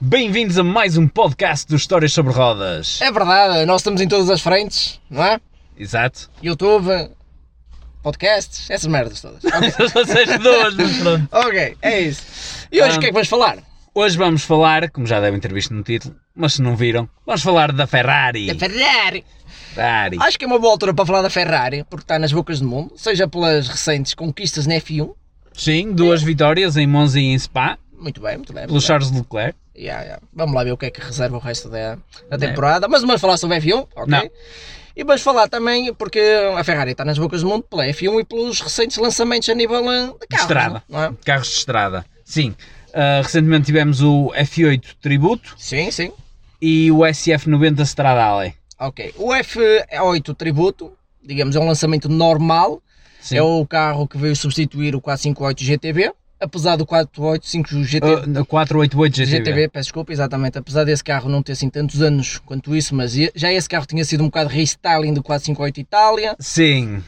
Bem-vindos a mais um podcast do Histórias sobre Rodas. É verdade, nós estamos em todas as frentes, não é? Exato. YouTube, podcasts, essas merdas todas. Ok, Vocês duas, mas pronto. Ok, é isso. E hoje Ah. o que é que vamos falar? Hoje vamos falar, como já devem ter visto no título, mas se não viram, vamos falar da Ferrari. Da É Ferrari. Ferrari. Acho que é uma boa altura para falar da Ferrari, porque está nas bocas do mundo, seja pelas recentes conquistas na F1. Sim, duas vitórias em Monza e em Spa, Muito bem, muito bem. pelo Muito bem. Charles Leclerc. Yeah, yeah. Vamos lá ver o que é que reserva o resto da, da temporada. Mas vamos falar sobre a F1, ok? É. Não. E vamos falar também, porque a Ferrari está nas bocas do mundo pela F1 e pelos recentes lançamentos a nível eh, de carros. estrada. Não é? Carros de estrada. Sim. Ah, recentemente tivemos o F8 Tributo Sim, sim. e o SF90 Stradale. Ok. O F8 Tributo, digamos, é um lançamento normal. Sim. É o carro que veio substituir o 458 GTB. Apesar do 485 GTB, Ah, 488 GTB. GTB, peço desculpa, exatamente. Apesar desse carro não ter assim tantos anos quanto isso, mas e- já esse carro tinha sido um bocado restyling do 458 Itália. Sim.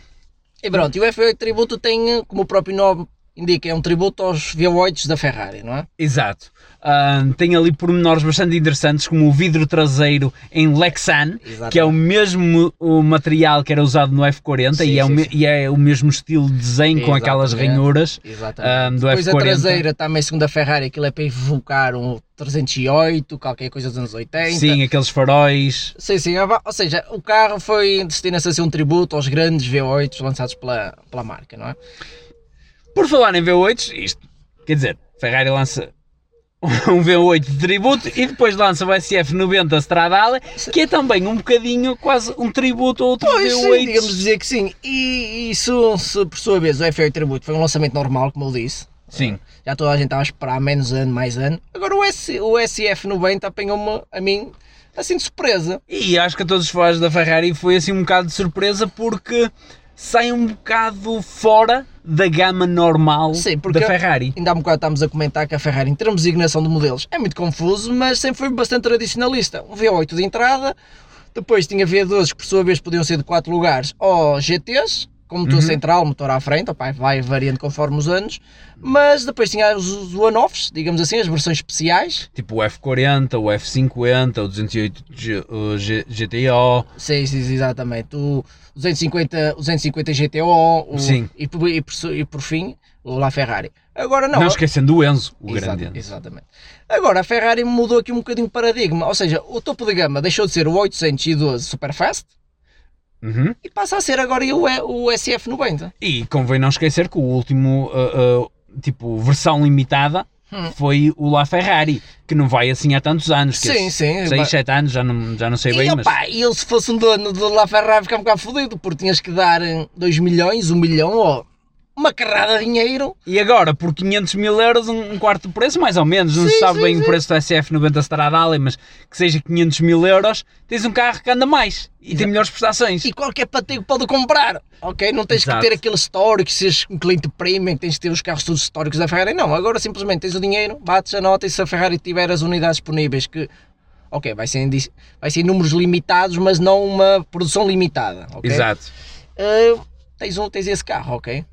E pronto, e o F8 Tributo tem, como o próprio nome indica, é um tributo aos V8s da Ferrari, não é? Exato. Ah, tem ali pormenores bastante interessantes, como o vidro traseiro em Lexan, Exatamente. que é o mesmo o material que era usado no F40 Sim, e, é o sim, me- sim. e é o mesmo estilo de desenho com aquelas Exatamente. ranhuras Exatamente. ah, do Depois é a F40. traseira também, segundo a Ferrari, aquilo é para evocar um 308, qualquer coisa dos anos 80. Sim, aqueles faróis. Sim, sim, ou seja, o carro foi destinado a ser um tributo aos grandes V8s lançados pela, pela marca, não é? Por falar em V8, isto quer dizer, Ferrari lança um V8 de tributo e depois lança o SF90 Stradale, que é também um bocadinho quase um tributo a outro sim, V8. digamos dizer que sim. E isso, se por sua vez o F8 Tributo foi um lançamento normal, como eu disse, Eh, Sim, já toda a gente estava a esperar menos ano, mais ano. Agora o, S, o SF90 apanhou-me a mim assim de surpresa. E acho que a todos os fãs da Ferrari foi assim um bocado de surpresa porque sai um bocado fora da gama normal Sim, porque- da Ferrari. Ainda há um bocado estávamos a comentar que a Ferrari, em termos de designação de modelos, é muito confuso, mas sempre foi bastante tradicionalista. Um V8 de entrada, depois tinha V12 que por sua vez podiam ser de 4 lugares ou GTs, com motor Uhum. central, motor à frente, opá, vai variando conforme os anos, mas depois tinha os, os one-offs, digamos assim, as versões especiais, Tipo o F40, o F50, o 208 G- o G- GTO. Sim, sim, sim, exatamente. O 250, o 250 GTO o- Sim. E, por, e por- e por fim o La Ferrari. Agora não. Não, esquecendo o Enzo, o Exa- grande Enzo. Exatamente. Agora a Ferrari mudou aqui um bocadinho o paradigma. Ou seja, o topo de gama deixou de ser o 812 Superfast Uhum. e passa a ser agora o, E- o SF90. E convém não esquecer que o último, ah, ah, tipo, versão limitada Hum. foi o La Ferrari, que não vai assim há tantos anos. que Sim, é sim. Seis, sete anos, já não, já não sei e, bem, mas... opá, e ele se fosse um dono do La Ferrari ficava um bocado fodido porque tinhas que dar 2 milhões, 1 milhão ou uma carrada de dinheiro E agora, por 500 mil euros, um um quarto do preço, mais ou menos, não Sim, se sabe sim, bem sim. o preço do SF90 Stradale, mas que seja 500 mil euros, tens um carro que anda mais e tem Exato. melhores prestações. e qualquer patego pode comprar, ok? Não tens Exato. que ter aquele histórico, seres um cliente premium, tens que ter os carros todos históricos da Ferrari, não, agora simplesmente tens o dinheiro, bates a nota e se a Ferrari tiver as unidades disponíveis que, ok, vai ser em, dis- vai ser em números limitados, mas não uma produção limitada, ok? Exato. Eh, tens, um, tens esse carro, ok?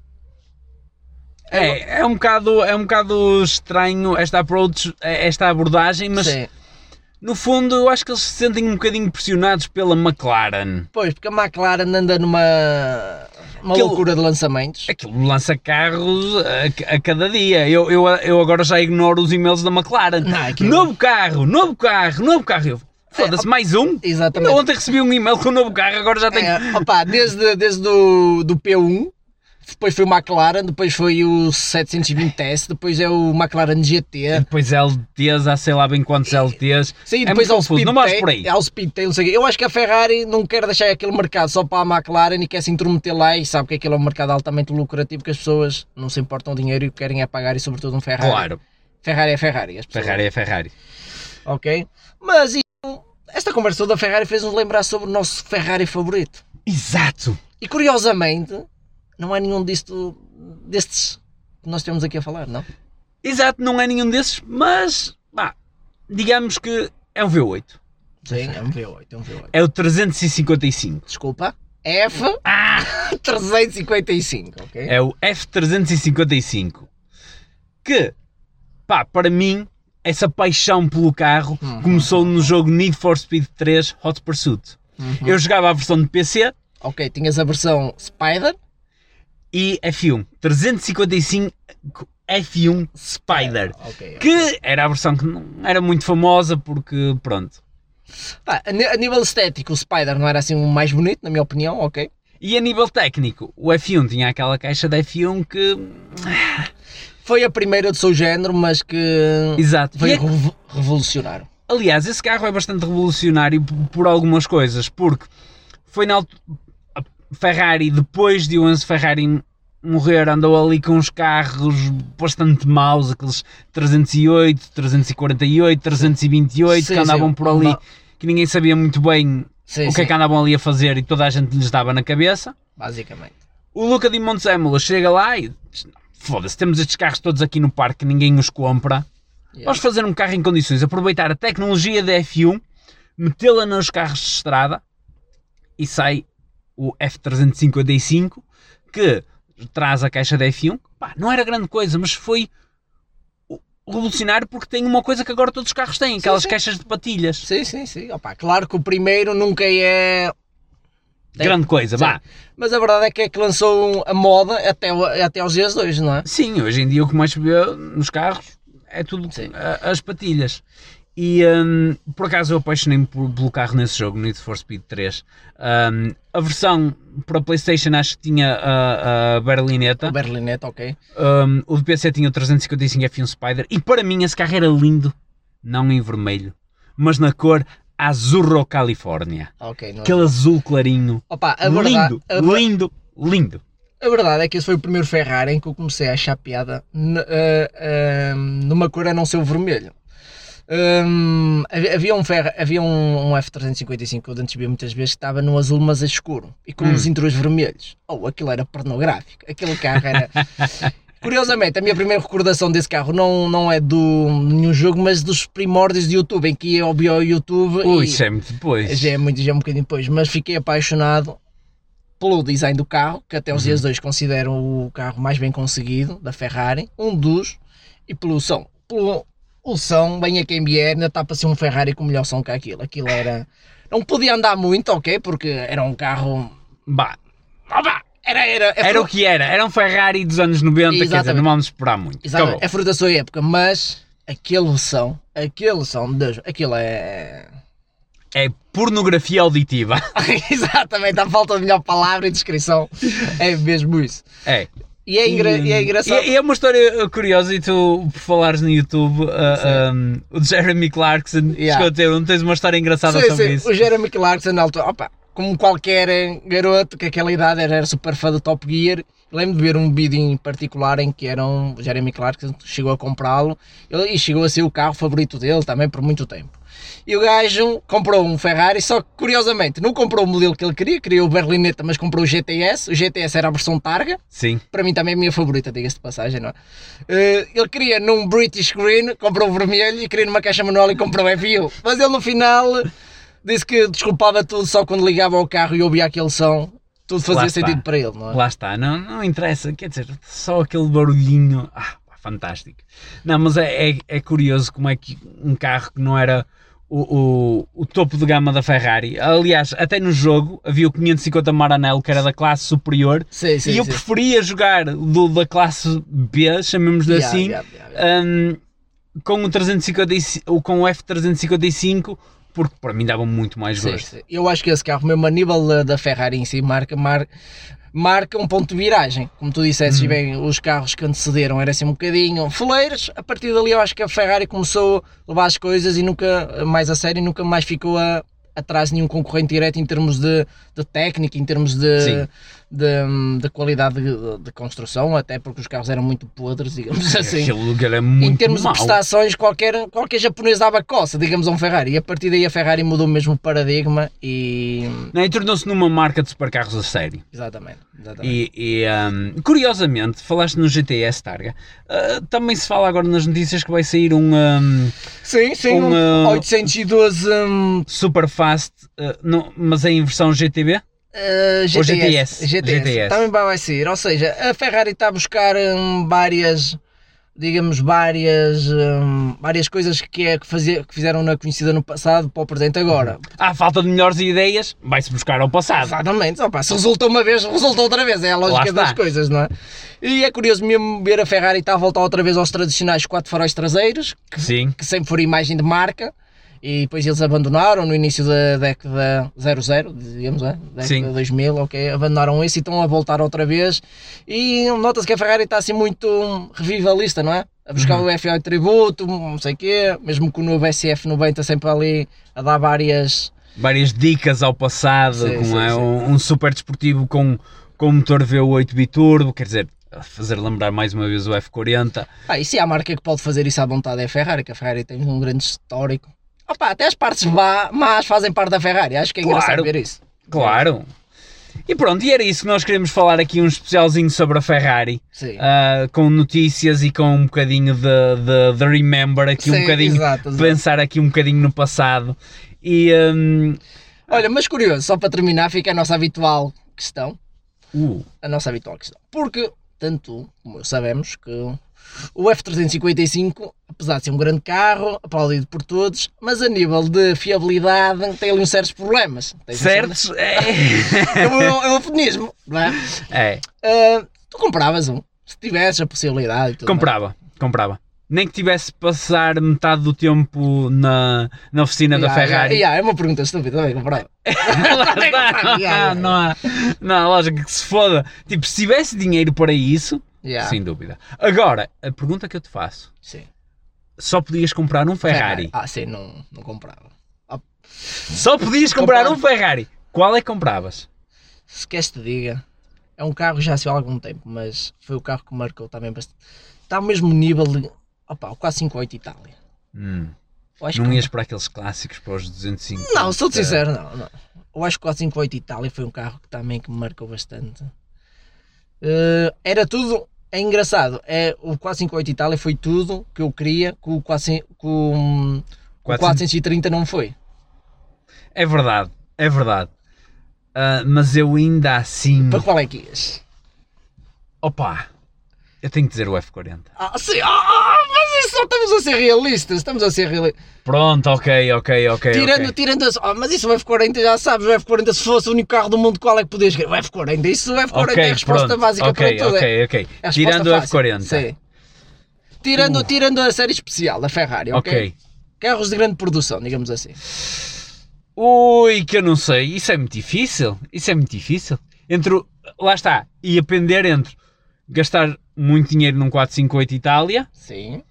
É, é, um bocado, é um bocado estranho esta, approach, eh, esta abordagem, mas Sim. no fundo eu acho que eles se sentem um bocadinho pressionados pela McLaren. Pois, porque a McLaren anda numa uma Aquilo- é loucura de lançamentos. Aquilo lança carros a, a cada dia. Eu, eu, eu agora já ignoro os e-mails da McLaren. Não, aquilo- Novo carro, novo carro, novo carro. Eu, Foda-se, mais um? Exatamente. Ainda ontem recebi um e-mail com o novo carro, agora já tenho. É, opá, desde, desde do, do P1, depois foi o McLaren, depois foi o 720S, depois é o McLaren GT. Depois LTs, há sei lá bem quantos LTs. é. Sim, É depois muito é há o confuso, Speed não vais Tail- por aí. há o Speed Tail, não sei o quê. Eu acho que a Ferrari não quer deixar aquele mercado só para a McLaren e quer se intrometer lá e sabe que aquilo é um mercado altamente lucrativo que as pessoas não se importam do dinheiro e o que querem é pagar e sobretudo um Ferrari. Claro, Ferrari é Ferrari. As pessoas, Ferrari é Ferrari. Ok? Mas e- esta conversa da Ferrari fez-nos lembrar sobre o nosso Ferrari favorito. Exato! E curiosamente, não há nenhum disto, destes que nós temos aqui a falar, não? Exato, não é nenhum desses, mas pá, digamos que é um V8. Sim, é um V8, é um V8. É o 355. Desculpa, ah, F355, ok? É o F355. Que, pá, para mim essa paixão pelo carro Uhum. começou no jogo Need for Speed 3 Hot Pursuit. Uhum. Eu jogava a versão de PC Ok, tinhas a versão Spider, e F1, 355 F1 Spider. Ok. Que era a versão que não era muito famosa porque, pronto. Pá, tá, a, ni- a nível estético, o Spider não era assim o mais bonito, na minha opinião, ok. E a nível técnico, o F1 tinha aquela caixa da F1 que. Foi a primeira do seu género, mas que Exato. E veio a- revo- revolucionar. Aliás, esse carro é bastante revolucionário p- por algumas coisas, porque foi na alt- a Ferrari, depois de o Enzo Ferrari morrer, andou ali com uns carros bastante maus, aqueles 308, 348, 328, Sim, que andavam sim, por ali, uma- que ninguém sabia muito bem Sim, o que é sim, que andavam ali a fazer e toda a gente lhes dava na cabeça. basicamente. O Luca di Montezemolo chega lá e diz, foda-se, temos estes carros todos aqui no parque, ninguém os compra. Yeah. Vamos fazer um carro em condições, aproveitar a tecnologia da F1, metê-la nos carros de estrada e sai o F355 que traz a caixa da F1. Pá, não era grande coisa, mas foi o- revolucionário porque tem uma coisa que agora todos os carros têm, aquelas sim. caixas de patilhas. Sim, sim, sim. Opa, claro que o primeiro nunca é. Tem. Grande coisa, Sim. vá. Mas a verdade é que é que lançou a moda até, o- até aos dias de hoje, não é? Sim, hoje em dia o que mais se vê nos carros é tudo Sim. a- as patilhas. E hum, por acaso eu apaixonei-me por- pelo carro nesse jogo, Need for Speed 3. Hum, a versão para PlayStation acho que tinha a, a O Berlineta, Berlinete, ok. Hum, o de PC tinha o 355 F1 Spider. E para mim esse carro era lindo, não em vermelho, mas na cor Azurro Califórnia. Ah, Ok, não. é? Aquele azul clarinho. Opa, a verdade, lindo, a, ver- lindo, lindo. a verdade é que esse foi o primeiro Ferrari em que eu comecei a achar piada n- eh, eh, numa cor a não ser o vermelho. Hum, havia havia um, Ferra- havia um, um F355 que eu antes vi muitas vezes que estava no azul, mas a escuro e com Hum. uns intrus vermelhos. Oh, aquilo era pornográfico. Aquele carro era. Curiosamente, a minha primeira recordação desse carro não, não é do nenhum jogo, mas dos primórdios de YouTube, em que eu vi ao YouTube. Ui, e- isso é muito depois. já é muito, já é um bocadinho depois, mas fiquei apaixonado pelo design do carro, que até os Uhum. dias de hoje considero o carro mais bem conseguido da Ferrari, um dos, e pelo som. Pelo, o som, bem a quem vier, ainda está para ser um Ferrari com melhor som que aquilo. Aquilo era. Não podia andar muito, ok? Porque era um carro. Bah. Ah, bah. Era, era, Era é o fruto- que era, era um Ferrari dos anos 90, quer dizer, Exatamente. não vamos esperar muito. Exatamente, Acabou. é fruto da sua época, mas aquele som, aquele som, meu Deus, aquilo é. É pornografia auditiva. Exatamente, à falta de melhor palavra e descrição, é mesmo isso. É. E é, engra- e é engraçado. E, e é uma história uh, curiosa, e tu, por falares no YouTube, uh, um, o Jeremy Clarkson Yeah. chegou a ter um, tens uma história engraçada Sim, sobre sim, isso. O Jeremy Clarkson, na altura, opa, como qualquer garoto que aquela idade era, era super fã do Top Gear, lembro de ver um vídeo em particular em que era um, o Jeremy Clarkson chegou a comprá-lo ele- e chegou a ser o carro favorito dele também por muito tempo. E o gajo comprou um Ferrari, só que curiosamente não comprou o modelo que ele queria, queria o Berlinetta, mas comprou o GTS. O GTS era a versão Targa, Sim. para mim também é a minha favorita, diga-se de passagem, não é? Eh, ele queria num British Green, comprou o vermelho e queria numa caixa manual e comprou o FU. Mas ele no final disse que desculpava tudo só quando ligava ao carro e ouvia aquele som, tudo fazia Lá está. sentido para ele, não é? Lá está, não, não interessa, quer dizer, só aquele barulhinho, ah, pá, fantástico. Não, mas é, é, é curioso como é que um carro que não era o, o, o topo de gama da Ferrari, aliás, até no jogo havia o 550 Maranello que era da classe superior Sim, sim, e eu sim. preferia jogar do, da classe B, chamemos-lhe Yeah, assim, yeah, yeah, yeah. hum, com, o 355, ou com o F355, porque para mim dava muito mais Sim, gosto. sim. Eu acho que esse carro, mesmo a nível eh, da Ferrari em si, marca, mar- marca um ponto de viragem. Como tu disseste Uhum. bem, os carros que antecederam eram assim um bocadinho foleiros. A partir dali, eu acho que a Ferrari começou a levar as coisas e nunca mais a sério, e nunca mais ficou a- atrás de nenhum concorrente direto em termos de, de técnica, em termos de, Sim. de, hum, de qualidade de, de construção, até porque os carros eram muito podres, digamos assim. Aquele lugar é muito em termos mau. de prestações, qualquer, qualquer japonês dava coça, digamos, a um Ferrari. E a partir daí a Ferrari mudou mesmo o paradigma e. Não, e tornou-se numa marca de supercarros a sério. Exatamente. exatamente. E, e, hum, curiosamente, falaste no GTS Targa, ah, também se fala agora nas notícias que vai sair um hum, sim, sim. um, Um, uh, 812 um, super fast, ah, não, mas é em versão GTB? uh, Ou GTS, GTS, GTS. GTS. Também vai vai sair. Ou seja, a Ferrari está a buscar hum, um, várias. digamos, várias, hum, várias coisas que, é, que, fazia, que fizeram na conhecida no passado para o presente agora. Há falta de melhores ideias, vai-se buscar ao passado. Exatamente, opa, se resultou uma vez, resultou outra vez, é a lógica está. das coisas, não é? E é curioso mesmo ver a Ferrari estar a voltar outra vez aos tradicionais quatro faróis traseiros, Sim. que sempre foram imagem de marca, e depois eles abandonaram no início da década 00, digamos, é? década Sim. 2000, ok, abandonaram isso e estão a voltar outra vez. E nota-se que a Ferrari está assim muito hum, revivalista, não é? A Uhum. buscar o F1 tributo, não sei o quê, mesmo que o novo SF90 está sempre ali a dar várias Várias dicas ao passado, Sim, como sim, é sim. Um, um super desportivo com, com motor V8 biturbo, quer dizer, a fazer lembrar mais uma vez o F40. Ah, e se há marca que pode fazer isso à vontade é a Ferrari, que a Ferrari tem um grande histórico. Opa, até as partes má- más fazem parte da Ferrari, acho que é Claro. engraçado ver isso. Claro. E pronto, e era isso que nós queríamos falar aqui, um especialzinho sobre a Ferrari, Sim. ah, com notícias e com um bocadinho de, de, de remember aqui, um Sim, bocadinho, exato, exato. pensar aqui um bocadinho no passado. E, hum, Olha, mas curioso, só para terminar, fica a nossa habitual questão. uh, A nossa habitual questão. Porque, tanto tu como eu sabemos que o F355, apesar de ser um grande carro, aplaudido por todos, mas a nível de fiabilidade tem ali uns certos problemas. Tens noção disso? certo? É. É um, é um eufemismo, não é? é, Ah, tu compravas um, se tivesse a possibilidade. e tudo mais. comprava, comprava. Nem que tivesse de passar metade do tempo na, na oficina da Yeah, Ferrari. yeah, yeah, é uma pergunta estúpida, também comprava. Lá está, não há- não há- não há lógica que se foda. Tipo, se tivesse dinheiro para isso, Yeah, Sem dúvida. Agora, a pergunta que eu te faço: sim. só podias comprar um Ferrari? Ah, sim, não, não comprava. Só podias comprar um Ferrari. Qual é que compravas? Se queres te diga, é um carro já se há algum tempo, mas foi o carro que marcou também bastante. Está ao mesmo nível de. Opa, o 458 Itália. Hum, Eu acho não que- ias para aqueles clássicos para os 205? Não, sou sincero, não, não. Eu acho que o 458 Itália foi um carro que também que me marcou bastante. Eh, era tudo. É engraçado. É, o 458 Itália foi tudo que eu queria que o 400 que o- que o 430 não foi. É verdade, é verdade. Ah, mas eu ainda assim. Para qual é que ias? Opa! Eu tenho que dizer o F40. Ah, sim, ah, ah, mas isso só estamos a ser realistas, estamos a ser realistas. Pronto, ok, ok, ok. tirando, É, ok. tirando as- ah, mas isso o F40 já sabes, o F40 se fosse o único carro do mundo, qual é que podias ganhar? O F40, isso o F40 é a resposta pronto, básica ok, para tudo. é- Ok, ok. é a resposta Tirando o fácil. F40. Sim. Tirando, tirando a série especial da Ferrari, ok? ok. Carros de grande produção, digamos assim. Ui, que eu não sei. Isso é muito difícil. Isso é muito difícil. Entre o- Lá está. E a pender entre gastar muito dinheiro num 458 Itália Sim.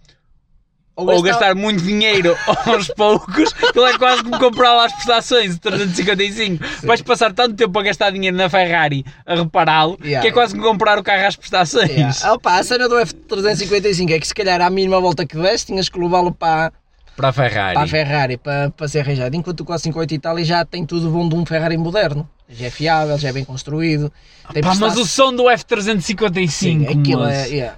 ou gastar muito dinheiro aos poucos, que ele é quase como comprar lá as prestações de 355. Vais passar tanto tempo a gastar dinheiro na Ferrari a repará-lo Yeah. que é quase como comprar o carro às prestações. Yeah. É, Opa, a cena do F355 é que se calhar à mínima volta que deste tinhas que levá-lo para, Para a Ferrari. para a Ferrari para, para ser arranjado, enquanto o 458 Itália já tem tudo bom de um Ferrari moderno. Já é fiável, já é bem construído. Tem Pá, mas prestações- o som do F355. Sim, aquilo moço. é. yeah.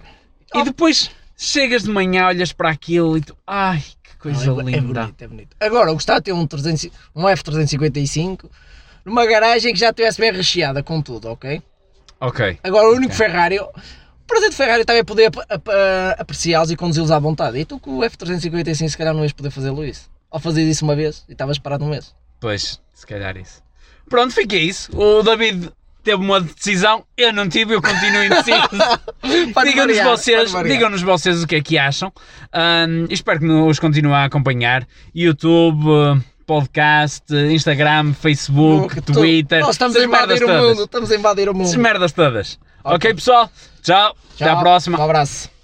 E depois chegas de manhã, olhas para aquilo e tu. Ai, que coisa Não, é, é linda. bonito, é bonito. Agora, eu gostava de ter um, 300 um F355 numa garagem que já estivesse bem recheada com tudo, ok? Ok. Agora, o único Ferrari. O prazer de Ferrari também é poder ap- ap- eh, apreciá-los e conduzi-los à vontade. E tu com o F355 se calhar não ias poder fazê-lo isso. Ou fazias isso uma vez e estavas parado um mês. Pois, se calhar isso. Pronto, fica isso. O David teve uma decisão, eu não tive, eu continuo indeciso. Pode digam-nos variar, vocês, pode variar. digam-nos vocês o que é que acham. Ahm, espero que nos continuem a acompanhar. YouTube, eh, podcast, eh, Instagram, Facebook, Tu- Twitter. Nós estamos a essas invadir o merdas mundo, todas. estamos a invadir o mundo. Essas merdas todas. Ok. ok, pessoal? Tchau. Até à Tchau, próxima. Um abraço.